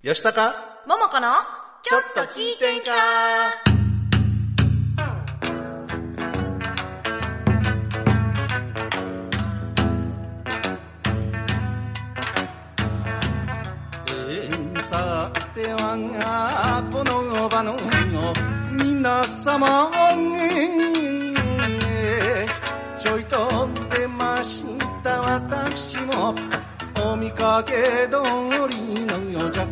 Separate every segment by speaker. Speaker 1: よしたか
Speaker 2: ももこの、ちょっと聞いてんか
Speaker 1: えー、さては、この場の皆様、えーちょいと出ました私も、お見かけ通りの弱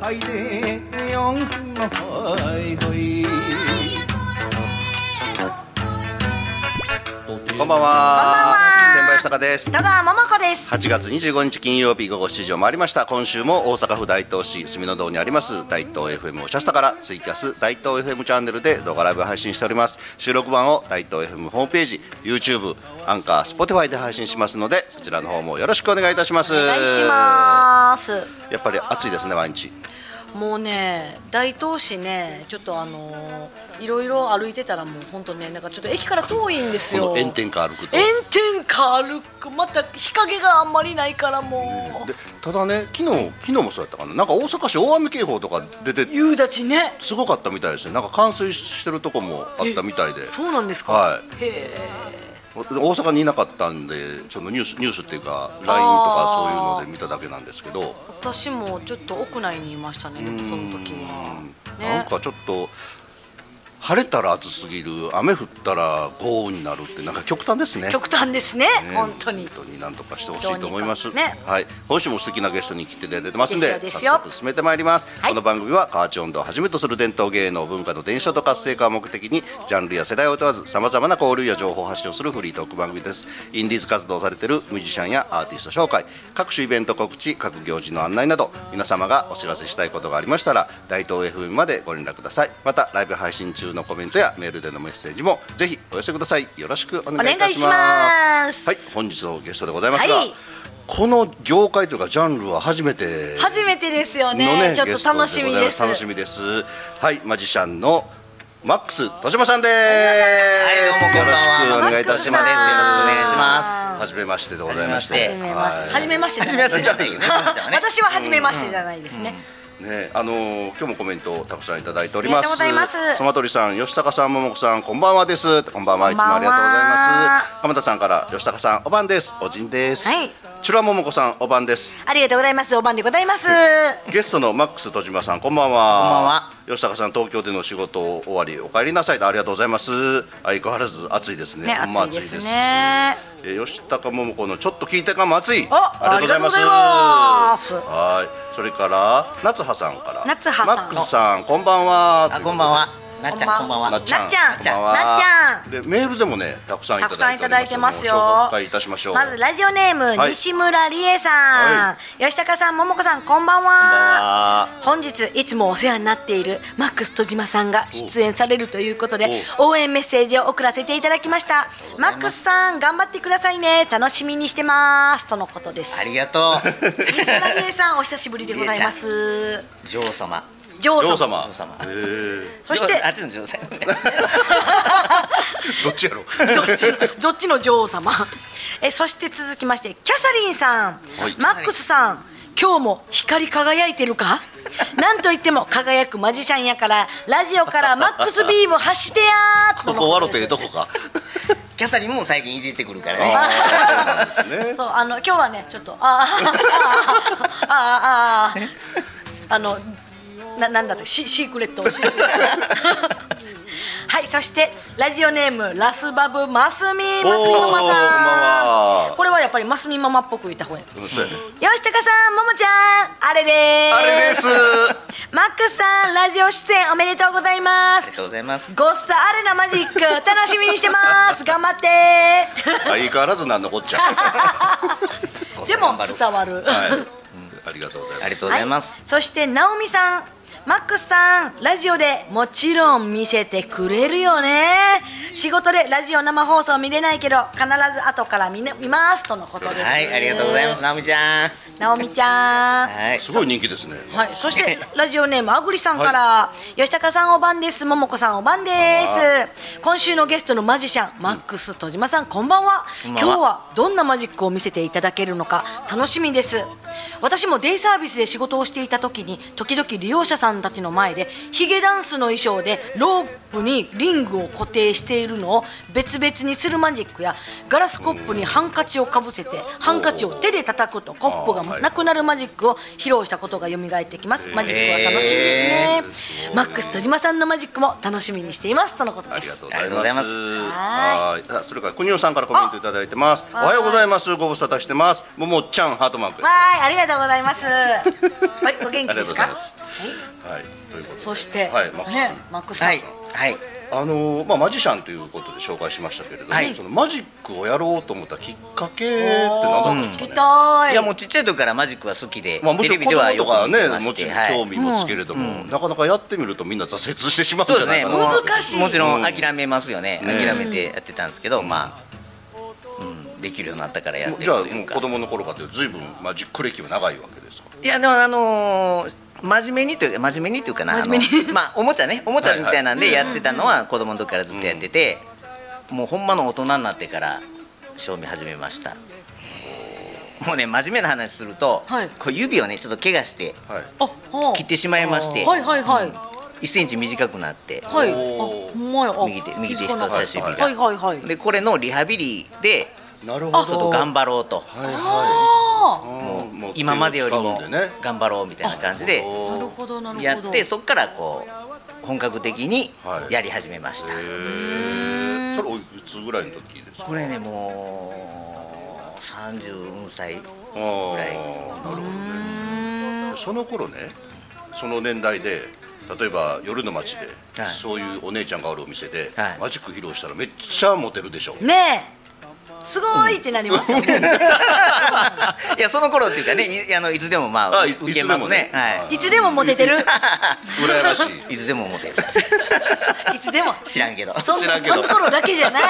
Speaker 1: 敗で、よんのほいほい。
Speaker 3: こんば
Speaker 2: こんば
Speaker 3: んは。
Speaker 2: んは
Speaker 3: 先輩坂です。
Speaker 2: 北川ももこです。
Speaker 3: 8月25日金曜日午後7時を回りました。今週も大阪府大東市住の堂にあります大東 FM おしゃスタからツイキャス大東 FM チャンネルで動画ライブ配信しております。収録版を大東 FM ホームページ、YouTube、アンカー、Spotify で配信しますので、そちらの方もよろしくお願いいたします。
Speaker 2: お願いします。
Speaker 3: やっぱり暑いですね毎日。
Speaker 2: もうね、大東市ね、ちょっとあのーいろいろ歩いてたらもう本当ね、なんかちょっと駅から遠いんです
Speaker 3: こ
Speaker 2: よ。
Speaker 3: の炎天下歩くと。
Speaker 2: 炎天下歩く、また日陰があんまりないからも
Speaker 3: でただね昨日昨日もそうやったかななんか大阪市大雨警報とか出て
Speaker 2: う、夕立ね。
Speaker 3: すごかったみたいですねなんか冠水してるとこもあったみたいで
Speaker 2: そうなんですか。
Speaker 3: は
Speaker 2: へえ。
Speaker 3: 大阪にいなかったんでそのニュースニュースっていうか LINE と
Speaker 2: あー
Speaker 3: かそういうので見ただけなんですけど、
Speaker 2: 私もちょっと屋内にいましたね、でもその時は。
Speaker 3: なんかちょっと晴れたら暑すぎる雨降ったら豪雨になるってなんか極端ですね
Speaker 2: 極端ですね、
Speaker 3: ね
Speaker 2: 本当に。
Speaker 3: 本当に何とかしてほしいと思います、
Speaker 2: どうにかね
Speaker 3: はい今週も素敵なゲストに来ていただいてますんで
Speaker 2: ですよですよ
Speaker 3: 早速進めてまいります、
Speaker 2: はい
Speaker 3: この番組は河内音頭をはじめとする伝統芸能文化の伝承と活性化を目的にジャンルや世代を問わずさまざまな交流や情報を発信をするフリートーク番組ですインディーズ活動をされているミュージシャンやアーティスト紹介各種イベント告知各行事の案内など皆様がお知らせしたいことがありましたら大東 FM までご連絡くださいまたライブ配信中のコメントやメールでのメッセージもぜひお寄せくださいよろしくお願いいたします
Speaker 2: お願いします
Speaker 3: はい本日のゲストでございますが、
Speaker 2: はい
Speaker 3: この業界というかジャンルは初めて
Speaker 2: 初めてですよ
Speaker 3: の
Speaker 2: ねちょっと楽しみで
Speaker 3: ゲ
Speaker 2: す
Speaker 3: ストございま楽しみですはいマジシャンのマックス戸島さんです、
Speaker 4: はいどうもこんば
Speaker 3: よろしく
Speaker 4: んは
Speaker 3: お願いいたしま
Speaker 4: マックスさんよろしくお願いします
Speaker 3: はじめましてでございまして
Speaker 4: は
Speaker 2: 初めまして、
Speaker 3: は
Speaker 2: 初めましてじゃない
Speaker 4: 初めましてじゃないけどね
Speaker 2: 私は初めましてじゃないですね、
Speaker 3: いねあのー今日もコメントをたくさんいただいております
Speaker 2: ありがとうございます
Speaker 3: そまとりさん吉高さん桃子さんこんばんはですこんばんはいつもありがとうございます浜田さんから吉高さんおばんですおじんです
Speaker 2: はい
Speaker 3: チュラ桃子さんおばんです
Speaker 2: ありがとうございますお晩でございます
Speaker 3: ゲストのマックス戸島さんこんばんは
Speaker 4: こんばんは
Speaker 3: 吉高さん東京での仕事終わりお帰りなさいとありがとうございます相変わらず暑いですね
Speaker 2: ね
Speaker 3: ほんま
Speaker 2: 暑いですね
Speaker 3: 暑いですえー吉高桃子のちょっと聞いてかも暑い
Speaker 2: あありがとうございます
Speaker 3: はいそれから夏葉さんから
Speaker 2: 夏葉さん
Speaker 3: マックスさんこんばんは
Speaker 4: あ、こんばんは。なっちゃん、こんばんは。
Speaker 3: なっちゃん
Speaker 2: なっちゃん
Speaker 3: こば
Speaker 2: なっちゃん
Speaker 3: でメールでもねたくさんい
Speaker 2: たくさんい
Speaker 3: た
Speaker 2: た
Speaker 3: だ
Speaker 2: だ
Speaker 3: い
Speaker 2: い
Speaker 3: て
Speaker 2: て
Speaker 3: おりま
Speaker 2: ますす
Speaker 3: ので
Speaker 2: よ
Speaker 3: ご紹介いたしましょう
Speaker 2: まずラジオネーム、
Speaker 3: はい
Speaker 2: 西村理恵さん、吉高さん桃子さんこんばんは
Speaker 3: あ
Speaker 2: 本日いつもお世話になっているマックス戸島さんが出演されるということで応援メッセージを送らせていただきましたマックスさん頑張ってくださいね楽しみにしてますとのことです
Speaker 4: ありがと
Speaker 2: 西村理恵さんお久しぶりでございます
Speaker 4: う。 女王様。
Speaker 2: ジョ
Speaker 3: ー女
Speaker 2: ー
Speaker 3: 王
Speaker 2: さん
Speaker 3: 様
Speaker 4: 女王様
Speaker 3: えー
Speaker 2: そして
Speaker 4: あっちの女王様。
Speaker 3: どっちや ろ
Speaker 2: どっちの どっちの女王様えそして続きましてキャサリンさん、
Speaker 3: はい
Speaker 2: マックスさん今日も光り輝いてるかなんといっても輝くマジシャンやからラジオからマックスビーム発してやー
Speaker 3: ここ笑ってええとこか
Speaker 4: キャサリンも最近いじってくるからね。
Speaker 3: あーそうなんです ね
Speaker 2: そうあの今日はねちょっとあーあーあーあーあーあのななんだってシシークレットシークレットはいそしてラジオネームラスバブマスミマスミママ
Speaker 3: おーこんばん
Speaker 2: さ
Speaker 3: は
Speaker 2: んこれはやっぱりマスミママっぽくいた方や
Speaker 3: うんそうやね
Speaker 2: 吉高さんももちゃんあれで
Speaker 3: あれ
Speaker 2: ー
Speaker 3: です
Speaker 2: すマックスさんラジオ出演おめでとうございま
Speaker 4: あり
Speaker 2: す
Speaker 4: がとうございます。
Speaker 2: ごっさあれなマジック楽しみにしてます頑張ってー
Speaker 3: 相変わらずなんのこっちゃ
Speaker 2: でも伝わる、
Speaker 3: はい、うんありがとうございます
Speaker 4: ありがとうございま
Speaker 2: は
Speaker 4: す。
Speaker 2: い、そしてナオミさんマックスさんラジオでもちろん見せてくれるよね仕事でラジオ生放送見れないけど必ず後から見,、ね、見ますとのことです
Speaker 4: はい、ありがとうございます、なおみちゃん。
Speaker 2: なおみちゃん
Speaker 4: はい。
Speaker 3: すごい人気ですね。
Speaker 2: はい、そしてラジオネームあぐりさんから、吉高さんおばんですももこさんおばんです今週のゲストのマジシャンマックス戸島さんこんばんは
Speaker 4: こん
Speaker 2: 今日
Speaker 4: ばんは
Speaker 2: はどんなマジックを見せていただけるのか楽しみです私もデイサービスで仕事をしていた時に時々利用者さんたちの前でヒゲダンスの衣装でロープにリングを固定しているのを別々にするマジックやガラスコップにハンカチをかぶせてハンカチを手で叩くとコップがなくなるマジックを披露したことが蘇ってきますマジックは楽しみですね、マックス戸島さんのマジックも楽しみにしていますとのこと
Speaker 3: あ
Speaker 2: で
Speaker 3: りがと
Speaker 2: す
Speaker 3: うございます。
Speaker 2: は
Speaker 3: はい。あそれからくにおさんからコメントいただいてます。おはようございます。ご無沙汰してます。ももちゃんハートマーク。
Speaker 2: わ
Speaker 3: は
Speaker 2: ーいありがとうござい ますはいお元気ですか
Speaker 3: ありがとうございます
Speaker 2: はい
Speaker 3: い。ということで
Speaker 2: そして、
Speaker 3: はいマックスさん
Speaker 2: ね、マックスさん、
Speaker 4: はい。はい。
Speaker 3: あのーまあマジシャンということで紹介しましたけれども、
Speaker 4: はい
Speaker 3: そのマジックをやろうと思ったきっかけって何だったん
Speaker 2: 聞
Speaker 3: です
Speaker 2: き
Speaker 3: かね。
Speaker 2: たい
Speaker 4: いや、もうちっちゃい時からマジックは好きで、
Speaker 3: まあもち
Speaker 4: テ
Speaker 3: ろ
Speaker 4: レ
Speaker 3: ん
Speaker 4: ビ
Speaker 3: 子
Speaker 4: では
Speaker 3: 供と
Speaker 4: よく
Speaker 3: か
Speaker 4: 見
Speaker 3: ね
Speaker 4: てま
Speaker 3: も
Speaker 4: し
Speaker 3: ち
Speaker 4: て、
Speaker 3: ろん
Speaker 4: はい
Speaker 3: 興味持つけれども、なかなかやってみるとみんな挫折してしまうん
Speaker 4: そう
Speaker 3: じ
Speaker 4: で
Speaker 3: ゃない
Speaker 4: すね。
Speaker 3: か
Speaker 4: もう
Speaker 3: な。
Speaker 2: 難しい
Speaker 4: もちろ
Speaker 3: うんん
Speaker 4: 諦めますよね。
Speaker 3: ね
Speaker 4: 諦めてやってたんですけど、まあ、うん、できるようになったからやってる
Speaker 3: じゃあ
Speaker 4: と
Speaker 3: も
Speaker 4: いう
Speaker 3: う
Speaker 4: か
Speaker 3: 子供の頃からというずいぶんマジック歴は長いわけですか。
Speaker 4: いやでもあのー真面目にというか真面目にというかなあの まあおもちゃねおもちゃみたいなんでやってたのは子供の時からずっとやってて、もうほんまの大人になってから賞味始めましたもうね真面目な話すると、
Speaker 2: はい
Speaker 4: こう指をねちょっと怪我して
Speaker 3: はい。
Speaker 2: あはあ
Speaker 4: 切ってしまいまして、
Speaker 2: はいはいはい
Speaker 4: 1センチ短くなって、
Speaker 2: はいあ
Speaker 3: おー
Speaker 2: ほんまやあ
Speaker 4: 右手右手
Speaker 2: 気づかなか
Speaker 4: 人
Speaker 2: っ
Speaker 4: 差
Speaker 2: た
Speaker 4: し指が、
Speaker 2: はいはいはい
Speaker 4: でこれのリハビリで
Speaker 3: なるほ
Speaker 4: ちょっと頑張ろうと
Speaker 3: はい
Speaker 2: あ
Speaker 3: はい。
Speaker 4: も
Speaker 3: も
Speaker 4: う今までよりも
Speaker 3: 手を使うんでね
Speaker 4: 頑張ろうみたいな感じで。
Speaker 2: ーなるほどなるほど
Speaker 4: やってそこからこう本格的にやり始めました、
Speaker 3: へーそれおいくつぐらいの時ですか。
Speaker 4: これねもう34歳
Speaker 3: あー
Speaker 4: らい
Speaker 3: なるほどね。その頃ね、その年代で。例えば夜の街で、
Speaker 4: はい
Speaker 3: そういうお姉ちゃんがあるお店で、
Speaker 4: はい
Speaker 3: マジック披露したらめっちゃモテるでし ょ、
Speaker 2: ねえすごいってなりますよね、
Speaker 4: いやその頃っていうかねいあのいつでもまあ
Speaker 3: あい
Speaker 4: 受けま
Speaker 3: いつで
Speaker 4: すね
Speaker 3: もね
Speaker 4: は い
Speaker 2: つでもモテて る
Speaker 3: 羨ましい
Speaker 4: いつでもモテる
Speaker 2: いつでも
Speaker 4: 知らんけど
Speaker 2: そん
Speaker 3: 知
Speaker 2: な
Speaker 3: らんけど
Speaker 2: ところだけじゃない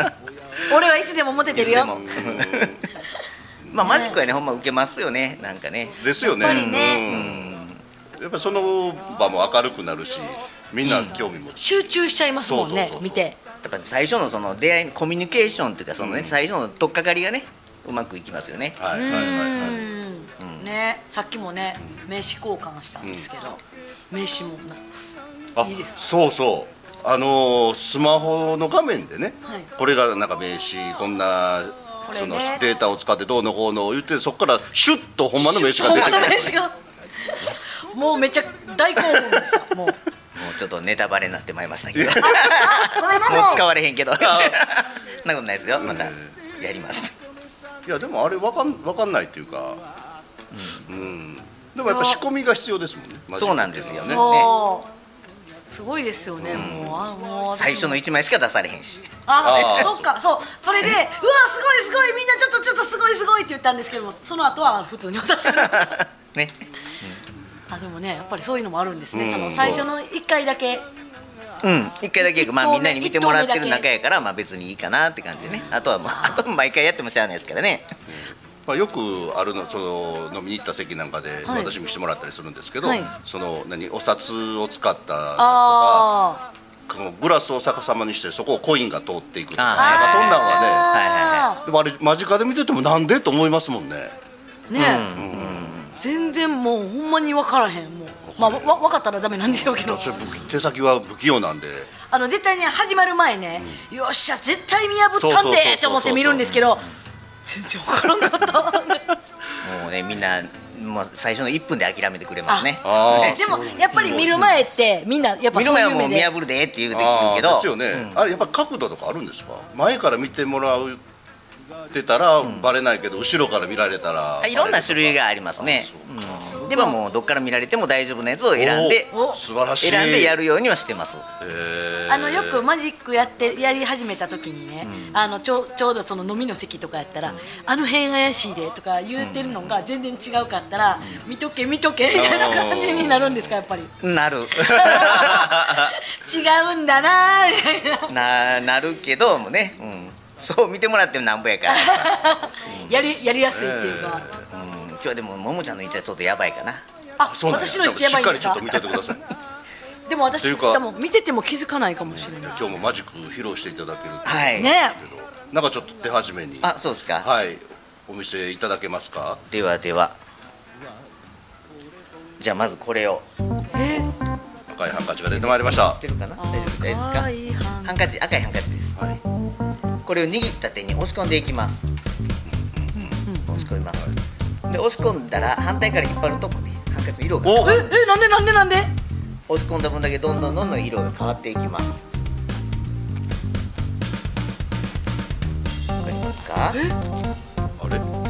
Speaker 2: 俺はいつでもモテてるよ
Speaker 4: いつでも
Speaker 2: やっ
Speaker 4: まあマジックはねほんま受けますよねなんかね
Speaker 3: ですよね
Speaker 2: ぱりね、
Speaker 3: うんやっぱりその場も明るくなるしみんな興味持つ、
Speaker 2: 集中しちゃいますもんね
Speaker 3: そうそうそうそう
Speaker 2: 見て
Speaker 4: やっぱ最初のその出会いのコミュニケーションっていうかそのね、最初の取っかかりがねうまくいきますよね
Speaker 3: はいはいはいは
Speaker 2: う
Speaker 3: い
Speaker 2: んねさっきもね名刺交換したんですけど、名刺もなん
Speaker 3: あ
Speaker 2: かいいですか
Speaker 3: そうそうあのースマホの画面でね、
Speaker 2: はい
Speaker 3: これがなんか名刺こんな
Speaker 2: これね
Speaker 3: そのデータを使ってどうのこうの言ってそこからシュッとほんまの名刺が出てく
Speaker 2: ほんまの
Speaker 3: る
Speaker 2: 名刺がもうめっちゃ大興奮でしたもう
Speaker 4: もうちょっとネタバレになってまいりました けど
Speaker 2: あごめんな
Speaker 4: もう
Speaker 2: さい
Speaker 4: 使われへんけどそん なことないですよまたやります
Speaker 3: いやでもあれわかんわかんないっていうかうん、でもやっぱ仕込みが必要ですもんねマジックっていのは
Speaker 4: そうなんですよね
Speaker 2: そうすごいですよね、もうあもう私も
Speaker 4: 最初の1枚しか出されへんし
Speaker 2: あ
Speaker 3: あー
Speaker 2: そっかそうそれでうわすごいすごいみんなちょっとちょっとすごいすごいって言ったんですけどもその後は普通に渡してる
Speaker 4: ね
Speaker 2: あでもねやっぱりそういうのもあるんですね、
Speaker 3: うん
Speaker 2: その最初の一回だけ
Speaker 4: うん1回だけ、ま
Speaker 2: 一投
Speaker 4: あ、
Speaker 2: 目
Speaker 4: みんなに見てもらって
Speaker 2: 一投
Speaker 4: る
Speaker 2: 目だけ
Speaker 4: 中やから、まあ、別にいいかなって感じでねあとはまああと毎回やってもしゃあないですからね
Speaker 3: まあ、よくあるのその飲みに行った席なんかで、
Speaker 2: はい
Speaker 3: 私もしてもらったりするんですけど、
Speaker 2: はい
Speaker 3: その何お札を使ったやつとか
Speaker 2: あ
Speaker 3: このグラスを逆さまにしてそこをコインが通っていくとか
Speaker 4: あー
Speaker 3: なんかそんなん
Speaker 2: あ
Speaker 3: はね
Speaker 4: は
Speaker 3: でもあれ間近で見ててもなんでと思いますもんね
Speaker 2: ね全然もうほんまに分からへんもうまあわわ分かったらダメなんでしょうけど
Speaker 3: それ僕手先は不器用なんで
Speaker 2: あの絶対ね始まる前ね、よっしゃ絶対見破ったん
Speaker 3: そうそうそうそうそう
Speaker 2: でと思って見るんですけど全然分からんかった
Speaker 4: もうねみんな、まあ、最初の1分で諦めてくれますね
Speaker 3: あ ー
Speaker 2: でもやっぱり見る前ってみんなやっぱ
Speaker 4: 見る
Speaker 2: そう
Speaker 4: 前
Speaker 2: いう
Speaker 4: はも
Speaker 2: 目
Speaker 4: う
Speaker 2: で
Speaker 4: 見破るでって言うてく
Speaker 3: あ
Speaker 4: るけ
Speaker 3: ー
Speaker 4: ど
Speaker 3: ですよね、あれやっぱ角度とかあるんですか前から見てもらうってたらバレないけど、後ろから見られたら
Speaker 4: あいろんな種類がありますねうん僕はもうどっから見られても大丈夫なやつを選んで
Speaker 2: お
Speaker 3: 素晴らしい
Speaker 4: 選んでやるようにはしてます
Speaker 3: へー
Speaker 2: あのよくマジックやってやり始めた時にね、あのちょうちょうどその飲みの席とかやったら、あの辺怪しいでとか言ってるのが全然違うかったら、見とけ見とけみたいな感じになるんですかやっぱり
Speaker 4: なる
Speaker 2: 違うんだなみたいな
Speaker 4: ななるけどもね、うん、そう見てもらってもなんぼやから、
Speaker 2: やりやりやすいっていうか、
Speaker 4: うん、今日はでもももちゃんの一はちょっとやばいかな
Speaker 2: あ
Speaker 3: そうなんや
Speaker 2: 私の一番いいんですか
Speaker 3: しっかりちょっと見ててください
Speaker 2: でも
Speaker 3: とい
Speaker 2: 私
Speaker 3: うか
Speaker 2: 多分見てても気づかないかもしれない
Speaker 3: 今日もマジック披露していただけると
Speaker 4: はい
Speaker 2: ね
Speaker 3: けどなんかちょっと手始めに
Speaker 4: あそうですか、
Speaker 3: はいお見せいただけますか
Speaker 4: ではではじゃあまずこれを
Speaker 2: え
Speaker 3: 赤いハンカチが出てまいりました
Speaker 4: 捨てるかな大丈夫大丈夫
Speaker 2: 赤
Speaker 4: で
Speaker 2: いハ
Speaker 4: す
Speaker 2: ン
Speaker 4: かハンカチ赤いハンカチです、これを握った手に押し込んでいきます、押し込みますで押し込んだら反対から引っ張るとこうハンカチの色が
Speaker 3: お
Speaker 2: ええなんでなんでなんで
Speaker 4: 押し込んだ分だけどんどんどんどん色が変わっていきますわかりますか
Speaker 3: あれ
Speaker 4: で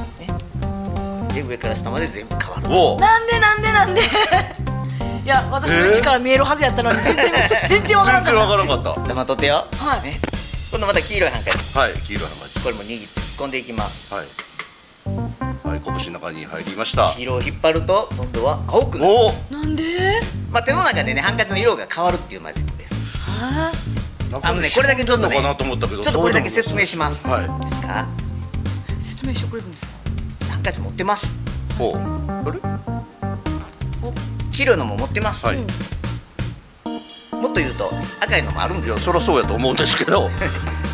Speaker 4: 上から下まで全部変わる
Speaker 3: お
Speaker 2: なんでなんでなんで いや私の位置から見えるはずやったのに全然全然わから
Speaker 3: 全
Speaker 2: んかった
Speaker 3: 然わからんかっ
Speaker 4: 黙っとってよ
Speaker 2: はい
Speaker 4: ね、今度また黄色いハンカチ
Speaker 3: たはい黄色いハンカチ
Speaker 4: これも握って突っ込んでいきます
Speaker 3: はい。はい、拳の中に入りました
Speaker 4: 黄。色を引っ張ると今度は青くなる、
Speaker 3: おお、
Speaker 2: なんで
Speaker 4: まあ、手の中でねハンカチの色が変わるっていうマジックです
Speaker 2: は
Speaker 4: あのねこれだけちょっとね
Speaker 3: かなと思ったけど、
Speaker 4: ちょっとこれだけ
Speaker 3: そうで
Speaker 4: 説
Speaker 3: も
Speaker 4: 明します、
Speaker 3: はい
Speaker 4: いですか
Speaker 2: い説明してくれるんですか
Speaker 4: ハンカチ持ってます
Speaker 3: ほう。あれ？
Speaker 4: 黄色いのも持ってます、
Speaker 3: はい。
Speaker 4: もっと言うと赤いのもあるんで
Speaker 3: い
Speaker 4: す
Speaker 3: や、
Speaker 4: よ
Speaker 3: そりゃそうやと思うんですけど。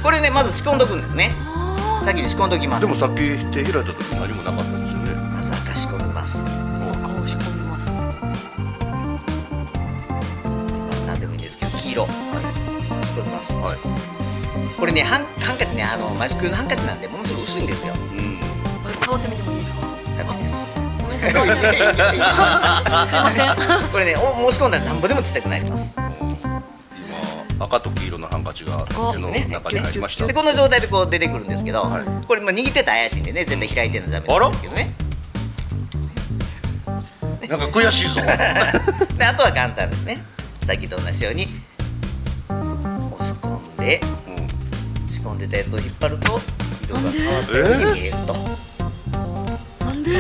Speaker 4: これねまず仕込んどくんですね先に仕込んどきます
Speaker 3: でもさっき手開いた時何もなかったんですよね。
Speaker 4: まず赤仕込みます
Speaker 2: 赤を仕込みます
Speaker 4: 何でもいいんですけど黄色、仕込みます
Speaker 3: はい。
Speaker 4: これねハンハンカチねあのマジックのハンカチなんでものすごく薄いんですよ
Speaker 3: うん。
Speaker 2: 触ってみてもいいですか
Speaker 4: ダメです
Speaker 2: ごめんなさい すいません
Speaker 4: これねお申し込んだらなんぼでも小さくなります
Speaker 3: 今赤と黄色のハンカチが手の中に入りました。
Speaker 4: でこの状態でこう出てくるんですけど、
Speaker 3: はい
Speaker 4: これもう握ってたら怪しいんでね絶対開いてるのダメなんですけどね
Speaker 3: なんか悔しいぞ。
Speaker 4: であとは簡単ですねさっきと同じように押し込んで
Speaker 3: うん
Speaker 4: 押し込んでたやつを引っ張ると色が変わったように見えると
Speaker 2: なんで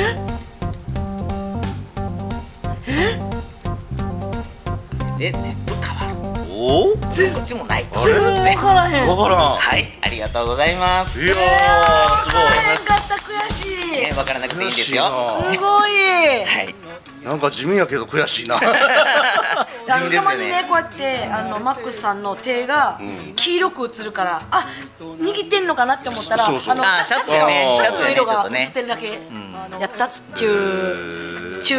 Speaker 4: で全部変わる
Speaker 3: おお。
Speaker 4: こっちもないと
Speaker 3: あれ
Speaker 2: 全部わからへん
Speaker 3: わからん。
Speaker 4: はいありがとうございます
Speaker 3: いやーす
Speaker 2: へんかった悔しい
Speaker 4: ね、分からなくて
Speaker 3: ご
Speaker 4: い
Speaker 3: い。
Speaker 4: いん
Speaker 3: 悔
Speaker 4: で
Speaker 3: し
Speaker 4: す
Speaker 3: い
Speaker 4: よ
Speaker 3: な
Speaker 4: は。
Speaker 2: すごい
Speaker 4: い
Speaker 3: なんか地味やけど悔しい な。
Speaker 2: あの
Speaker 4: いいです
Speaker 2: たま
Speaker 4: よね
Speaker 2: にねこうやってあのマックスさんの手が黄色く映るから、あ握ってんのかなって思ったら
Speaker 3: そうそう
Speaker 2: あの
Speaker 4: あ
Speaker 2: シャ
Speaker 4: シャツ
Speaker 2: ツが
Speaker 3: ね
Speaker 2: シャツの色
Speaker 4: シャツがねちょっ
Speaker 2: が
Speaker 4: とね
Speaker 2: 映ってるだけやったっちゅう、中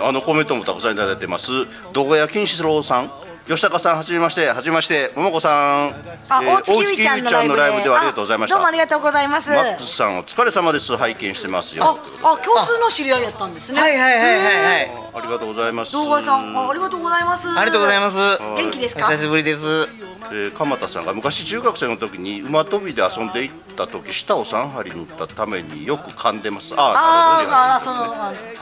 Speaker 3: ねえあのコメントもたくさんいただいてます。どこや金志郎さん。吉高さん、はじめまして、はじめまして、桃子さん。
Speaker 2: あ
Speaker 3: えー
Speaker 2: 大月ゆいちゃんのライブで
Speaker 3: 大月ゆいちゃんのライブではありがとうございました。
Speaker 2: どうもありがとうございます
Speaker 3: マックスさん、お疲れ様です。拝見してます
Speaker 2: あ
Speaker 3: よ。
Speaker 2: あ共通の知り合いやったんですね
Speaker 4: はいはいはいはいはい
Speaker 3: ありがとうございます。
Speaker 2: 動画さんあありがとうございます
Speaker 4: ありがとうございます
Speaker 2: 元気です
Speaker 4: お
Speaker 2: か
Speaker 4: 久しぶりです
Speaker 3: えー鎌田さんが昔中学生の時に馬跳びで遊んでいった時舌を3針塗ったためによく噛んでますあ
Speaker 2: あーあーその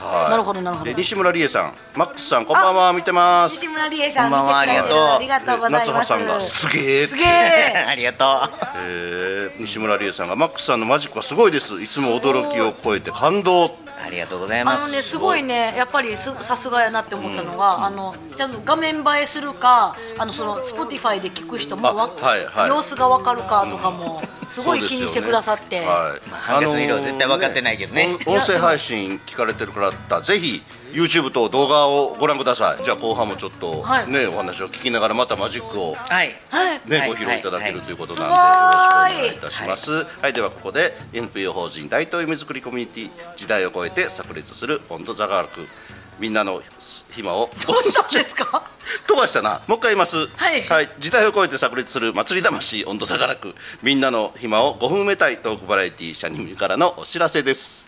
Speaker 2: あ
Speaker 3: はい
Speaker 2: なるほどなるほど
Speaker 3: で西村理恵さんマックスさんこんばんは見てます
Speaker 2: 西村理恵さん
Speaker 4: こんばんは
Speaker 2: 見てくれてる
Speaker 4: あ
Speaker 2: あ
Speaker 4: り
Speaker 2: り
Speaker 4: が
Speaker 2: がとうございます
Speaker 3: えー夏葉さんがすげえって
Speaker 2: すげえ
Speaker 4: ありがと
Speaker 3: えー西村理恵さんがマックスさんのマジックはすごいですいつも驚きを超えて感動
Speaker 4: う。ありがとうございま
Speaker 2: あ
Speaker 4: す。
Speaker 2: のねすごいねやっぱりすさすがやなって思ったのが、あのちゃんと画面映えするかあのその Spotify で聞く人もわ、
Speaker 3: あはいはい
Speaker 2: 様子がわかるかとかも、すごい
Speaker 3: そうです
Speaker 2: 気
Speaker 3: よ
Speaker 2: に
Speaker 3: ね
Speaker 2: してくださって、
Speaker 3: はい
Speaker 4: まあハンカチの色は絶対分かってないけどね
Speaker 3: あのー音音声配信聞かれてる方ぜひ YouTube と動画をご覧くださいじゃあ後半もちょっと、
Speaker 2: はい
Speaker 3: ねお話を聞きながらまたマジックを
Speaker 4: はい。
Speaker 2: はい
Speaker 3: ね、
Speaker 4: はい
Speaker 3: ご披露いただける
Speaker 4: はい
Speaker 3: ということなんで、
Speaker 2: すごーい
Speaker 3: よろしくお願いいたします。はい、ではここで NPO 法人大東夢作りコミュニティ時代を超えて炸裂するボンドザガールクみんなの暇を
Speaker 2: どうしたんですか
Speaker 3: 飛ばしたなもう一回言います
Speaker 2: はい
Speaker 3: 時代を超えて炸裂する祭り魂温度差がなくみんなの暇を5分埋めたいトークバラエティーシャニムからのお知らせです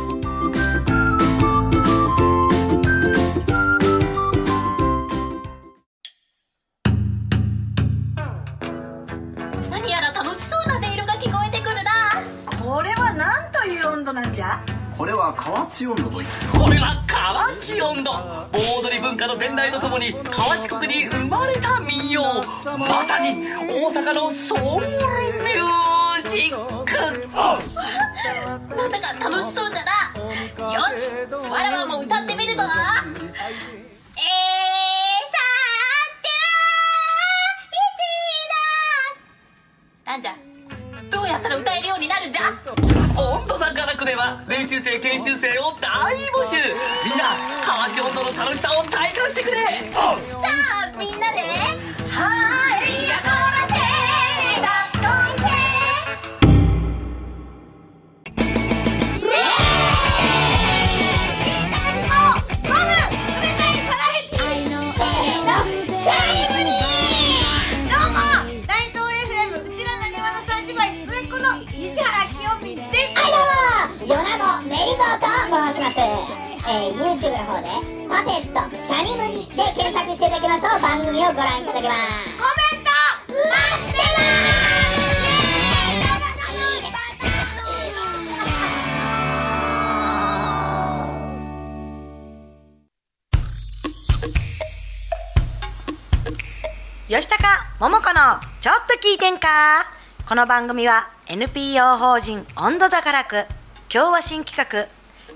Speaker 5: 何やら楽しそうな音色が聞こえてくるなこ
Speaker 2: 度なんじゃ
Speaker 5: これは河内温度といって
Speaker 6: これは河内音頭盆踊り文化の伝来とともに河内国に生まれた民謡まさに大阪のソウルミュージック
Speaker 7: なんだか楽しそうだなよしわらわも歌ってみるぞえー、さては一だなんじゃどうやったら歌えるようになるんじゃ
Speaker 6: 音頭さんからくでは練習生研修生を大募集みんな河内音頭の楽しさを体感してくれ
Speaker 7: さあみんなではーいやこらせーだどんせー
Speaker 8: ヨナのメリゾーと申します、えー、YouTube の方で「パペットシャニムニ」で検索していただきますと番組をご覧いただけます
Speaker 2: 吉高桃子のちょっと聞いてんかこの番組は NPO 法人温度座からく今日は新企画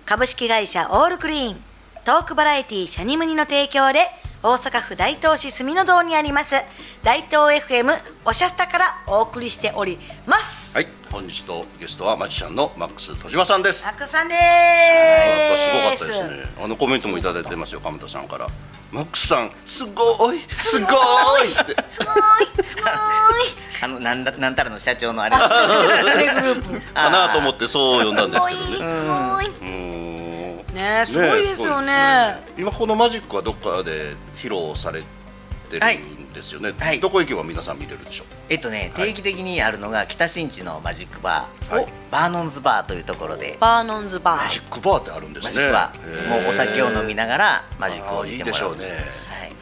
Speaker 2: 株式会社オールクリーントークバラエティシャニムニの提供で大阪府大東市住の堂にあります大東 FM おしゃスタからお送りしております
Speaker 3: はい本日のゲストはマジシャンのマックス戸島さんです
Speaker 2: たくさんで
Speaker 3: や
Speaker 2: ー
Speaker 3: っぱす
Speaker 2: す
Speaker 3: ごかったですねあのコメントもいただいてますよ鎌田さんからマックスさんすごいすごいって
Speaker 2: すごーいすごー
Speaker 4: あのなんだなんたらの社長のあ れですね
Speaker 3: かなと思ってそう呼んだんですけど
Speaker 2: いすごいす
Speaker 3: ね
Speaker 2: ごいう
Speaker 3: ーん
Speaker 2: ねえすごいですよね
Speaker 3: すごいですね今このマジックはどっかで披露されてるんですよね、
Speaker 4: はい
Speaker 3: どこ行けば皆さん見れるでしょう
Speaker 4: えっとね定期的にあるのが北新地のマジックバー、
Speaker 3: はい
Speaker 4: バーノンズバーというところで
Speaker 2: バーノンズバ
Speaker 3: マジ
Speaker 2: ー
Speaker 3: ックバーってあるんです
Speaker 4: マ
Speaker 3: ね
Speaker 4: ジックバ
Speaker 3: へ
Speaker 4: ー
Speaker 3: ー
Speaker 4: もうお酒を飲みながらマジック
Speaker 3: あ
Speaker 4: を
Speaker 3: ー
Speaker 4: 見
Speaker 3: いい
Speaker 4: て
Speaker 3: で
Speaker 4: も
Speaker 3: し
Speaker 4: ら
Speaker 3: ょ
Speaker 4: う
Speaker 3: うね、
Speaker 4: はい、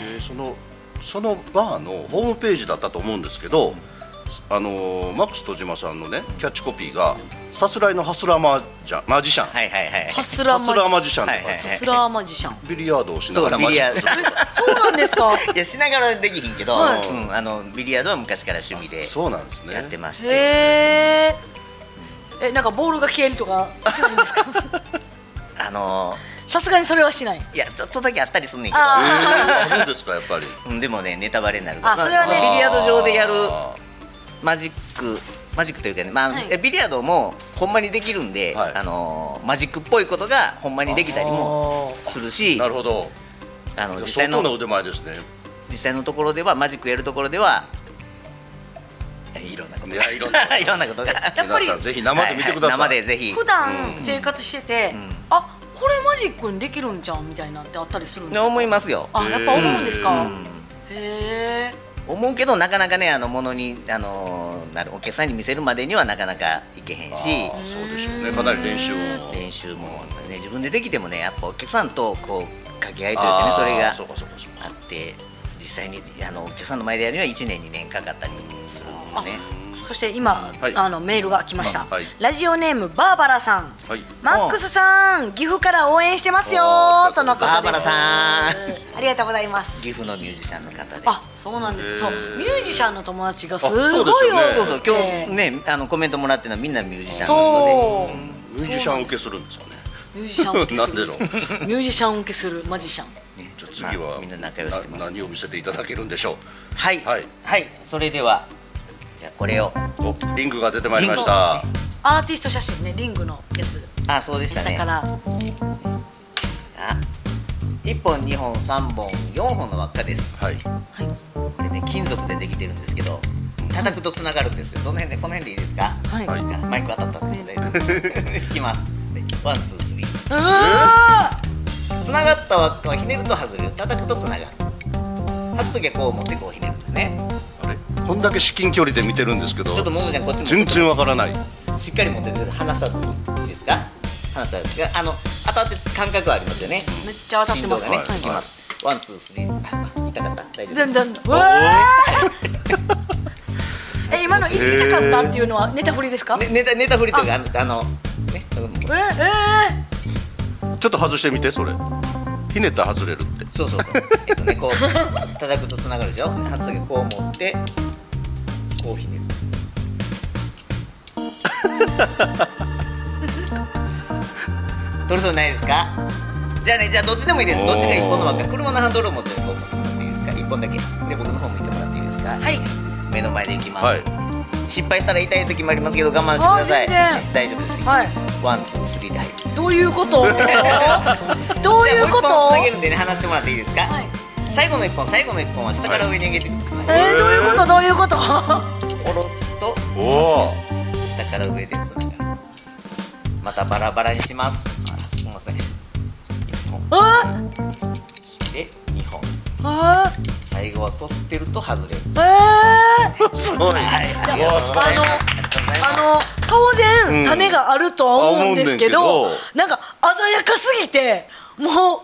Speaker 3: えーそのそのバーのホームページだったと思うんですけど、あのーマックス戸島さんのねキャッチコピーが「さすらいのハスラーマジャンマジシャン」
Speaker 4: はいはいはい
Speaker 2: ハスラ
Speaker 3: ハ
Speaker 2: ー
Speaker 3: スラー
Speaker 2: マ
Speaker 3: マ
Speaker 2: ジ
Speaker 3: ジシャン」とか、
Speaker 4: はいは
Speaker 2: ハ
Speaker 4: い
Speaker 2: スラーマジシャン
Speaker 3: ビリヤードをしながら
Speaker 4: そう
Speaker 3: マ
Speaker 4: ビリ
Speaker 3: ジ
Speaker 4: ヤ
Speaker 3: ッ
Speaker 4: ー
Speaker 3: ク
Speaker 4: ド
Speaker 3: するとか
Speaker 2: そうなんですか
Speaker 4: いやしながらできひんけど、
Speaker 2: はい
Speaker 4: うん、あのビリヤードは昔から趣味で
Speaker 3: そうなんですね
Speaker 4: やってまして、
Speaker 2: へええなんかボールが消えるとかしないんです か
Speaker 4: あの
Speaker 2: さすがにそれはしない
Speaker 4: いやちょっとだけあったりすんねんけど
Speaker 2: あ
Speaker 3: あるんですかやっぱ り
Speaker 4: うんでもねネタバレになるから
Speaker 2: あそれはね
Speaker 4: ビリヤード上でやる
Speaker 3: あ
Speaker 4: マジックマジックというかね、まあ
Speaker 2: はい
Speaker 4: えビリヤードもほんまにできるんで、
Speaker 3: はい
Speaker 4: あのマジックっぽいことがほんまにできたりもする
Speaker 3: ー
Speaker 4: し
Speaker 3: なるほど
Speaker 4: あの
Speaker 3: いや
Speaker 4: 実
Speaker 3: 相
Speaker 4: 際
Speaker 3: 当
Speaker 4: の
Speaker 3: な腕前ですね
Speaker 4: 実際のところではマジックやるところではえいろんなこと
Speaker 3: い
Speaker 4: が
Speaker 3: やいろんな
Speaker 4: いろんなことが
Speaker 2: やっぱり
Speaker 3: 皆さんぜひ生で見てください、
Speaker 4: はは生でぜひ
Speaker 2: 普段生活してて、
Speaker 4: うん
Speaker 2: あこれマジックにできるんじゃんみたいなんてあったりするんですか
Speaker 4: 思いますよ
Speaker 2: あやっぱ思うんですか、
Speaker 4: うん
Speaker 2: へえ
Speaker 4: 思うけどなかなかねあのものにあのなるお客さんに見せるまでにはなかなかいけへん
Speaker 3: あ
Speaker 4: し
Speaker 3: ーそうでしょうねかなり練習を
Speaker 4: 練習もね自分でできてもねやっぱお客さんとこう掛け合いという
Speaker 3: あー
Speaker 4: かねそれが
Speaker 3: そうかそうかそうか
Speaker 4: あって実際にあのお客さんの前でやるには1年2年かかったりするもんね
Speaker 2: そして今、
Speaker 3: はい
Speaker 2: あのメールが来ました、
Speaker 3: あはい
Speaker 2: ラジオネームバーバラさん、
Speaker 3: はい
Speaker 2: マックスさん岐阜から応援してますよ
Speaker 3: おーありがと
Speaker 2: と
Speaker 3: うござ
Speaker 2: の
Speaker 3: います
Speaker 2: ことです
Speaker 4: バーバラさ
Speaker 2: ありがとうございます
Speaker 4: 岐阜のミュージシャンの方で
Speaker 2: あ、そうなんです。そう、ミュージシャンの友達がすごい
Speaker 3: あそ
Speaker 2: 多
Speaker 3: うですよね
Speaker 2: くて
Speaker 4: そうそう今日ねあのコメントもらってるのはみんなミュージシャン
Speaker 2: そ
Speaker 4: の人で
Speaker 2: う、
Speaker 3: ミュージシャン受けするんですかね
Speaker 2: ミュージシャン受けする。
Speaker 3: なんでの
Speaker 2: ミュージシャン受けするマジシャン。
Speaker 3: じゃあ次
Speaker 4: ま
Speaker 3: は
Speaker 4: あみんな仲良しで
Speaker 3: な何を見せていただけるんでしょう
Speaker 4: はい
Speaker 3: はい
Speaker 4: はいそれではじゃあこれを
Speaker 3: おリングが出てまいりました
Speaker 2: アーティスト写真ね、リングのやつ。
Speaker 4: あそうでした
Speaker 2: だ
Speaker 4: ね
Speaker 2: から、
Speaker 4: あ1本2本3本4本の輪っかです
Speaker 3: はい
Speaker 2: はい、
Speaker 4: これね金属でできてるんですけど叩くと繋がるんですよどの辺でこの辺でいいですか
Speaker 2: はい。
Speaker 3: はいう
Speaker 4: マイク当たったんで大丈 夫いきますワンツースリー
Speaker 2: わ
Speaker 4: 繋がった輪っかはひねると外れる叩くと繋がる外す時はこう持ってこうひねるんですね
Speaker 3: あれこんだけ至近距離で見てるんですけど
Speaker 4: ちょっとももちゃんこっちも
Speaker 3: 全然わからない
Speaker 4: しっかり持っててください離さずにいいですか離さずにあの当たって感覚はありますよね
Speaker 2: ーめっちゃ当たってます。
Speaker 4: 振動がね、、
Speaker 2: はい
Speaker 4: きますワンツースリーあ痛かった大丈夫
Speaker 2: 全然。うわーえ、今の痛かっかったっていうのはネタ振りですか、
Speaker 4: ねネタネタ振りというかあのあのねうん
Speaker 2: ええ
Speaker 3: ちょっと外してみてそれひねったら外れるって
Speaker 4: そうそうそうえっとねこう叩くとつながるでしょで初時こう持ってこうひね る取れそうにないですかじゃあねじゃあどっちでもいいですどっちが一本の輪か車のハンドルを持ってこう持ってもらっていいですか一本だけで僕の方向いてもらっていいですか
Speaker 2: ー、はい
Speaker 4: 目の前でいきます、
Speaker 3: はい
Speaker 4: 失敗したら痛い時もありますけど我慢してください
Speaker 2: あ全然
Speaker 4: 大丈夫です
Speaker 2: はい
Speaker 4: ワンツースリーで入る
Speaker 2: どういうことどういうこ
Speaker 4: じゃあもう一本つなげ
Speaker 2: と
Speaker 4: るんでね話してもらっていいですか、
Speaker 2: はい
Speaker 4: 最後の一本最後の一本は下から上に上げてくださ
Speaker 2: え
Speaker 4: い、
Speaker 2: ー、どういうことどういうこと
Speaker 4: 下ろすと
Speaker 3: おお
Speaker 4: 下から上でつながるまたバラバラにしますあすいません一本
Speaker 2: あ
Speaker 4: で二本
Speaker 2: あ
Speaker 4: 最後はこすってると外れる
Speaker 2: えー
Speaker 3: ー すごい
Speaker 4: はいありがとうございますありがとうございます
Speaker 2: あの当
Speaker 3: うん
Speaker 2: 然種があるとは思うんですけど,、
Speaker 3: 思うねんけ
Speaker 2: なんか鮮やかすぎてもう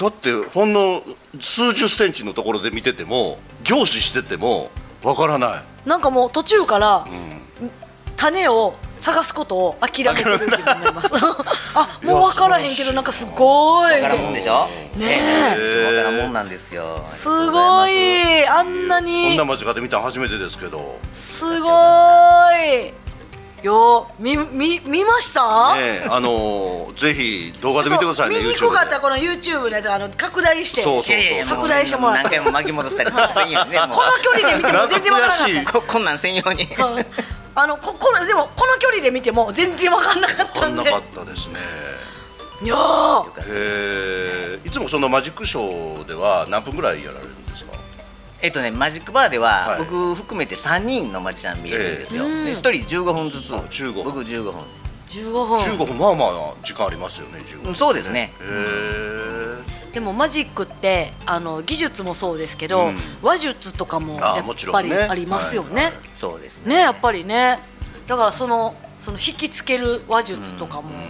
Speaker 3: だってほんの数十センチのところで見てても凝視しててもわからない
Speaker 2: なんかもう途中から、種を探すことを諦めてるって思います あもう分からへんけどなんかすごい
Speaker 4: わからんもんでしょ
Speaker 2: ね
Speaker 4: えわからんもんなんですよ
Speaker 2: すご
Speaker 4: あり
Speaker 2: いあんな
Speaker 3: こん
Speaker 2: に
Speaker 3: な間近で見たの初めてですけど
Speaker 2: すごいよ見見見ました、
Speaker 3: ねえあのーぜひ動画で見てくださいね
Speaker 2: 見
Speaker 3: YouTube
Speaker 2: に
Speaker 3: で
Speaker 2: くかったらこの YouTube のやつあの拡大して
Speaker 3: そうそう
Speaker 4: がとうござい
Speaker 2: 拡大
Speaker 4: ますいやいやいやもう
Speaker 2: してもらって
Speaker 4: 何回も巻き戻したりとかせんよう にねもう
Speaker 2: この距離で見ても全然わからなかっ
Speaker 3: なんか悔しい
Speaker 2: た
Speaker 4: ここんなん専用に
Speaker 2: うんあのここのでもこの距離で見ても全然わかんなかっ
Speaker 3: わか
Speaker 2: た
Speaker 3: ん
Speaker 2: ん
Speaker 3: な
Speaker 2: で
Speaker 3: かったですね
Speaker 2: いやー
Speaker 3: えーいつもそのマジックショーでは何分ぐらいやられるんですか
Speaker 4: えっとねマジックバーでは、
Speaker 3: はい
Speaker 4: 僕含めて三人のマジシャン見れるんですよ、
Speaker 2: ええ
Speaker 4: で一人15分ずつ
Speaker 3: あ15分
Speaker 4: 僕15分、
Speaker 2: 15分
Speaker 3: 15分まあまあ時間ありますよね15
Speaker 4: う
Speaker 3: 分
Speaker 4: ん、そうですね
Speaker 3: へー
Speaker 2: でもマジックってあの技術もそうですけど、
Speaker 3: うん
Speaker 2: 話術とかも
Speaker 3: あー
Speaker 2: や
Speaker 3: もち
Speaker 2: っ
Speaker 3: ろ
Speaker 2: ぱ
Speaker 3: ん
Speaker 2: り
Speaker 3: ね
Speaker 2: ありますよね
Speaker 4: そうですね
Speaker 2: ねやっぱりねだからそのその引きつける話術とかも、や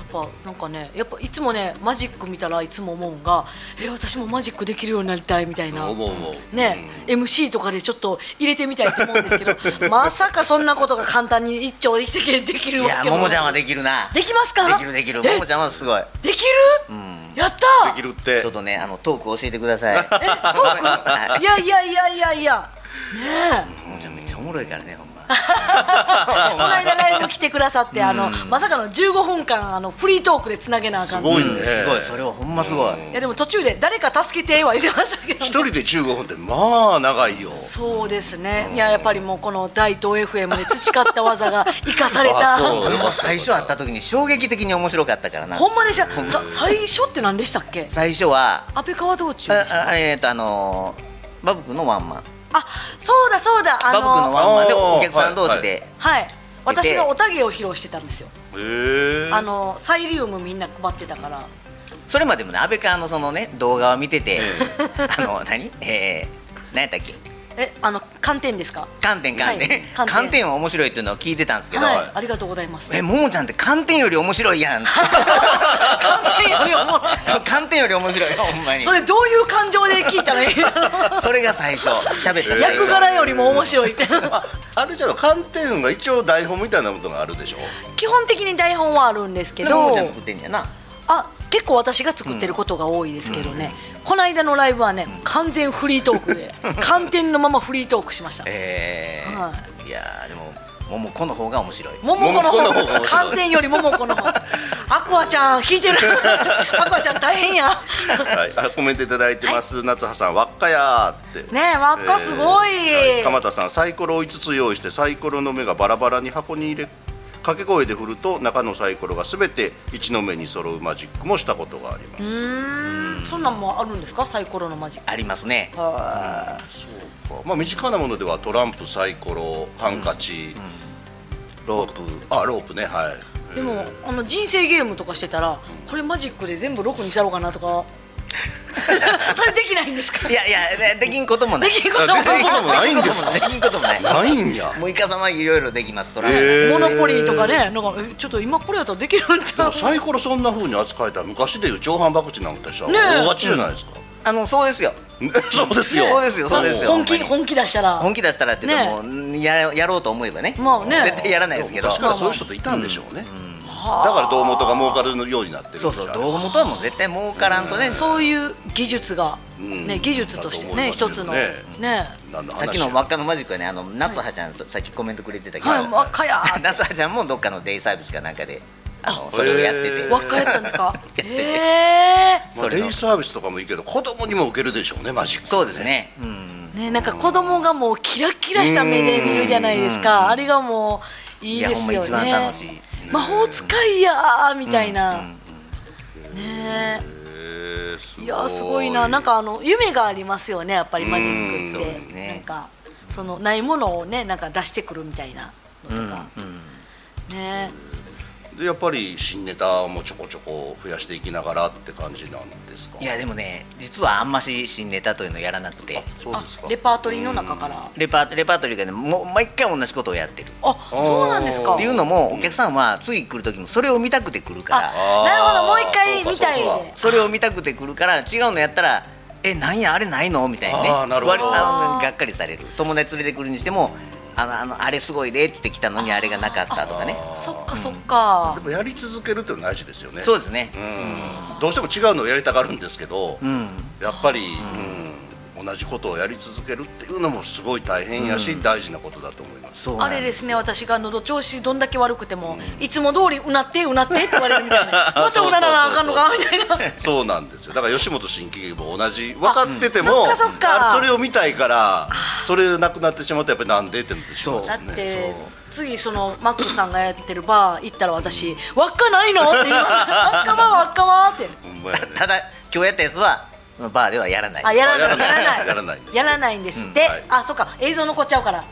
Speaker 2: っぱなんかねやっぱいつもねマジック見たらいつも思うんがえ私もマジックできるようになりたいみたいな
Speaker 3: 思う思う
Speaker 2: ね、MC とかでちょっと入れてみたいと思うんですけど まさかそんなことが簡単に一朝一夕でできる
Speaker 4: い
Speaker 2: わ
Speaker 4: や
Speaker 2: け
Speaker 4: ももちゃんは
Speaker 2: で
Speaker 4: できるな
Speaker 2: きますか
Speaker 4: できるできるももちゃんはすごい
Speaker 2: できる、
Speaker 4: ん
Speaker 2: やった
Speaker 3: できるって
Speaker 4: ちょっとねあのトーク教えてください
Speaker 2: えトー クいやいやいやいやいやねえ
Speaker 4: ももちゃんめっちゃおもろいからねほんま
Speaker 2: この間ライブ来てくださってあのまさかの15分間あのフリートークでつなげなあかん
Speaker 3: すごいね、
Speaker 4: すごいそれはほんますごい
Speaker 2: いやでも途中で誰か助けては言ってましたけど、ね、
Speaker 3: 一人で15分ってまあ長いよ
Speaker 2: そうですねいややっぱりもうこの大東 FM で培った技が生かされ
Speaker 3: あそう
Speaker 2: た
Speaker 4: ほんま最初会った時に衝撃的に面白かったからな
Speaker 2: ほんまでしたさ最初って何でしたっけ
Speaker 4: 最初は
Speaker 2: 安倍川道中
Speaker 4: あ
Speaker 2: でした
Speaker 4: あえっ、とあのーバブクのワンマン、
Speaker 2: あそうだそうだあ
Speaker 4: バブクの
Speaker 2: の
Speaker 4: ワンマンで
Speaker 3: あー
Speaker 4: お客さん同士で、
Speaker 3: は
Speaker 2: はい私がおたげを披露してたんですよ
Speaker 3: へえ
Speaker 2: あのサイリウムみんな配ってたから
Speaker 4: それまでもね安倍川のそのね動画を見てて、 あの何えー、何やったっけ
Speaker 2: えあの寒天ですか
Speaker 4: 観点観 点、
Speaker 2: はい
Speaker 4: 観点は面白いっていうのを聞いてたんですけど、
Speaker 2: はいありがとうございます
Speaker 4: えももちゃんって観点より面白いやん
Speaker 2: 寒天よりも
Speaker 4: 観点より面白いよほんま に
Speaker 2: そ
Speaker 4: それ
Speaker 2: れどういう感情で聞いたらいい の
Speaker 4: が最初喋った最初
Speaker 2: 役柄よりも面白いって
Speaker 3: ああれじゃあ寒天が一応台本みたいなことがあるで しょ
Speaker 2: 基本的に台本はあるんですけ
Speaker 4: でもも
Speaker 2: ど
Speaker 4: もちゃん作ってんねやな
Speaker 2: あ結構私が作ってることが多いですけどね、この間のライブはね完全フリートーク で寒天のままフリートークしました
Speaker 4: えー、
Speaker 2: はい
Speaker 4: やーでもももこの方が面白い
Speaker 2: 桃子の
Speaker 3: 桃子の方が面白
Speaker 2: 方
Speaker 3: い
Speaker 2: 寒天より桃子の 方アクアちゃん聞いてるアクアちゃん大変や
Speaker 3: はい、あコメントいただいてます、夏葉さん、輪っかやーって。
Speaker 2: ねえ輪っかすごい
Speaker 3: は鎌田さん、サイコロを5つ用意して、サイコロの目がバラバラに箱に入れ。掛け声で振ると、中のサイコロがすべて一の目に揃うマジックもしたことがあります。
Speaker 2: そんなんもあるんですかサイコロのマジック
Speaker 4: ありますね
Speaker 3: まあ、身近なものでは、トランプ、サイコロ、ハンカチ。ロープ、あ、ロープね、はい。
Speaker 2: でもあの人生ゲームとかしてたらこれマジックで全部6にしたろうかなとか それできないんですか
Speaker 4: いやいやでできんこともない
Speaker 2: できんことも
Speaker 3: あできんこともないんですか
Speaker 4: できんこともない
Speaker 3: ないんや。
Speaker 4: もうイカ様いろいろできますトランプ、
Speaker 3: へー
Speaker 2: モノポリーとかねなんかえちょっと今これやったらできるんち
Speaker 3: で
Speaker 2: ゃ
Speaker 3: も
Speaker 2: う
Speaker 3: サイコロそんな風に扱えたら昔でいう長反博打なんてさ、
Speaker 2: ねえ
Speaker 3: 大勝ちじゃないですか、
Speaker 4: あのそうですよ
Speaker 3: そうですよ
Speaker 4: そうですよそうですよ
Speaker 2: 本気
Speaker 4: ほんまに
Speaker 2: 本気出したら
Speaker 4: 本気出したらっていう
Speaker 2: ね
Speaker 4: かもうややろうと思えばね
Speaker 2: まあね
Speaker 4: 絶対やらないですけど
Speaker 3: 昔からそういう人っていたんでしょうね、だから堂本が儲かるようになってる
Speaker 4: そうそう堂本はもう絶対儲からんとね、さ
Speaker 2: そういう技術が、
Speaker 3: ん
Speaker 2: ね、技術として
Speaker 3: だと思い
Speaker 2: ね
Speaker 3: ますけど
Speaker 2: 一つの
Speaker 3: ね
Speaker 2: ね
Speaker 3: なんの話
Speaker 4: っきの輪っかのマジックはねあの夏葉ちゃん、さっきコメントくれてたけど、
Speaker 2: はい輪っかや
Speaker 4: 夏葉ちゃんもどっかのデイサービスかなんかであのそれをやってて
Speaker 3: へー
Speaker 2: 輪っかやったんですかえ
Speaker 3: まあ、デイサービスとかもいいけど子供にも受けるでしょうねマジック
Speaker 4: そうですね、うん
Speaker 2: え、ねなんか子供がもうキラキラした目で見るじゃないですかあれがもういいです
Speaker 4: い
Speaker 2: よ
Speaker 4: やほんま一
Speaker 2: ね
Speaker 4: 番楽しい
Speaker 2: 魔法使いやーみたいな、
Speaker 4: うん
Speaker 2: ね
Speaker 3: へーす
Speaker 2: えいやーすごいななんかあの夢がありますよねやっぱりマジック
Speaker 4: うんそう
Speaker 2: っ
Speaker 4: です
Speaker 2: て、
Speaker 4: ね
Speaker 2: なんかそのないものをねなんか出してくるみたいなのとか、ねえ
Speaker 3: でやっぱり新ネタもちょこちょこ増やしていきながらって感じなんですか
Speaker 4: いやでもね実はあんまし新ネタというのやらなくて
Speaker 3: そうですか
Speaker 2: レパートリーの中から
Speaker 4: レパーレパートリーがねもう毎回同じことをやってる
Speaker 2: あそうなんですか
Speaker 4: っていうのもお客さんは次来る時もそれを見たくて来るから
Speaker 2: あなるほどもう一回
Speaker 3: そうか
Speaker 2: 見たい
Speaker 3: そうか
Speaker 2: で
Speaker 4: それを見たくて来るから違うのやったら「えなんやあれないの?」みたいなね
Speaker 3: あーなるほど
Speaker 4: 割あのがっかりされる友達連れてくるにしても「あのあのあれすごいで」っつって来たのにあれがなかったとかね
Speaker 2: そっかそっか
Speaker 3: でもやり続けるっていうのは大事ですよね
Speaker 4: そうですね
Speaker 3: うんどうしても違うのをやりたがるんですけど、
Speaker 4: うん
Speaker 3: やっぱり、うん同じことをやり続けるっていうのもすごい大変やし、大事なことだと思います
Speaker 4: そうな
Speaker 2: あ
Speaker 4: ん
Speaker 2: れ
Speaker 4: で
Speaker 2: ですすね私が喉調子どんだけ悪くても、いつも通りうなってうなってって言われるみたいなまたうならなあかんのかみたいな
Speaker 3: そうなんですよだから吉本新喜劇も同じ分かってて
Speaker 2: う
Speaker 3: も
Speaker 2: んそっかそっか
Speaker 3: あれそれを見たいからそれなくなってしまうとやっぱりなんでってなってしまう
Speaker 4: そ
Speaker 2: だ
Speaker 4: う
Speaker 2: って、次そのマックスさんがやってるバー行ったら私「輪っかないの?」って言います「輪っかは輪っかは」って
Speaker 3: ほんまやね
Speaker 4: ただ今日やったやつはバーではやらない
Speaker 2: あやらない
Speaker 3: あ
Speaker 2: や
Speaker 3: や
Speaker 2: ら
Speaker 3: らな
Speaker 2: ないい
Speaker 3: やらないんですね
Speaker 2: やらないんですって、
Speaker 3: うんはい
Speaker 2: あそっか映像残っちゃうから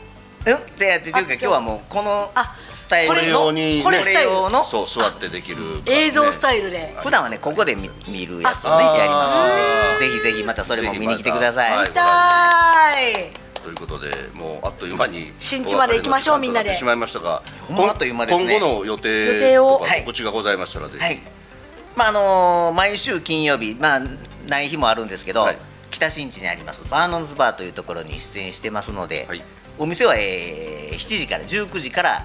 Speaker 4: うんってやってというか
Speaker 2: あ
Speaker 4: 今日はもうこの
Speaker 2: あ
Speaker 4: スタイル
Speaker 2: こ
Speaker 3: これ用に、ね、
Speaker 2: これスタイル
Speaker 4: 用の
Speaker 3: そう座ってできる、
Speaker 2: 映像スタ
Speaker 3: イ
Speaker 2: イルで
Speaker 4: 普段はねここで見見るやつをね
Speaker 3: あ
Speaker 4: やります
Speaker 3: あー
Speaker 4: んでぜひぜひまたそれも見に来てくだ
Speaker 3: は
Speaker 4: さ
Speaker 3: い
Speaker 2: 見
Speaker 4: い
Speaker 2: たーい
Speaker 3: ルということでもうあっという間に
Speaker 2: 新地まで行きましょう
Speaker 3: お別れ
Speaker 2: みんなで
Speaker 3: の時間となってしまいましたが
Speaker 4: ほんまあっという間ですね
Speaker 3: 今後の予定
Speaker 2: 予定を
Speaker 3: とか告知がございましたらぜひ、
Speaker 4: はいまああのー毎週金曜日まあない日もあるんですけど、
Speaker 3: はい
Speaker 4: 北新地にありますバーノンズバーというところに出演してますので、
Speaker 3: はい
Speaker 4: お店は、えー7時から19時から、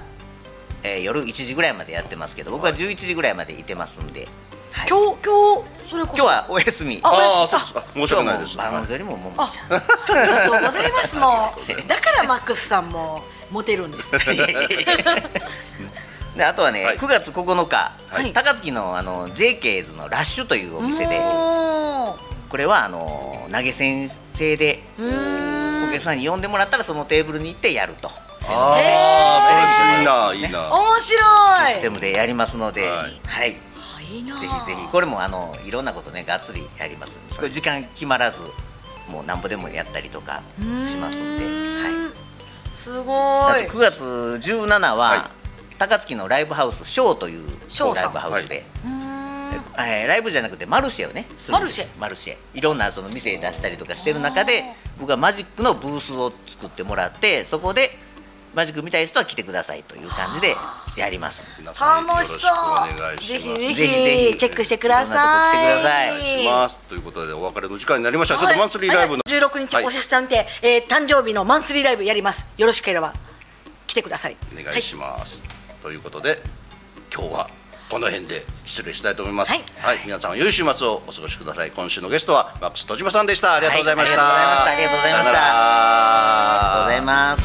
Speaker 4: えー夜1時ぐらいまでやってますけど僕は11時ぐらいまでいてますんで、はい
Speaker 2: 今日今日それこそ
Speaker 4: 今日はお休み
Speaker 2: あ
Speaker 3: ああそう
Speaker 2: あ
Speaker 3: ですあ申し訳ないです
Speaker 4: 今日はもうバーノンズよりもももちゃん
Speaker 2: ありがとうございますもうだからマックスさんもモテるんですよ
Speaker 4: であとはね、
Speaker 3: はい
Speaker 4: 9月9日、
Speaker 2: はい
Speaker 4: 高槻のあの JK's のラッシュというお店で
Speaker 2: も
Speaker 4: これはあの投げ銭制で
Speaker 2: ううー
Speaker 4: お
Speaker 2: ん
Speaker 4: 客さんに呼んでもらったらそのテーブルに行ってやると
Speaker 3: ああ、それいいないいな、
Speaker 2: 面白
Speaker 4: シ
Speaker 2: い
Speaker 4: ステムでやりますので、
Speaker 3: は
Speaker 4: はいいぜ
Speaker 2: あいいな
Speaker 4: ひぜひこれもあのいろんなことねがっつりやりますすごい時間決まらずもうなんぼでもやったりとかしますんで、はい、
Speaker 2: すご
Speaker 4: あ
Speaker 2: い
Speaker 4: と9月17は、
Speaker 3: は
Speaker 4: 高槻のライブハウスショーという
Speaker 2: ショー
Speaker 4: ライ
Speaker 2: さん
Speaker 4: ブハウスで。
Speaker 2: うーん
Speaker 4: えーライブじゃなくてマルシェをねする
Speaker 2: マ
Speaker 4: んです
Speaker 2: ルシェ
Speaker 4: マルシェいろんなその店出したりとかしてる中で僕はマジックのブースを作ってもらってそこでマジック見たい人は来てくださいという感じでやります
Speaker 3: 皆さんよろ
Speaker 2: 楽
Speaker 3: し
Speaker 2: し
Speaker 3: くお願
Speaker 2: そ
Speaker 3: いうします
Speaker 2: ぜひぜひ
Speaker 4: ぜひぜひ
Speaker 2: チェックしてください
Speaker 4: いろんなとこ来てく
Speaker 3: お願いし
Speaker 4: ださい
Speaker 3: ますということでお別れの時間になりました、ちょっとマンスリーライブの
Speaker 2: はい16日、
Speaker 3: はい
Speaker 2: おしゃさんで、えー誕生日のマンスリーライブやりますよろしければ来てください
Speaker 3: お願いします、ということで今日はこの辺で失礼したいと思いますは
Speaker 2: はいい、
Speaker 3: 皆さん良い週末をお過ごしください今週のゲストはマックス戸島さんでしたありがとうございました、
Speaker 4: はいありがとうございましたありがとう
Speaker 3: さよなら
Speaker 4: ございましたありがとうございます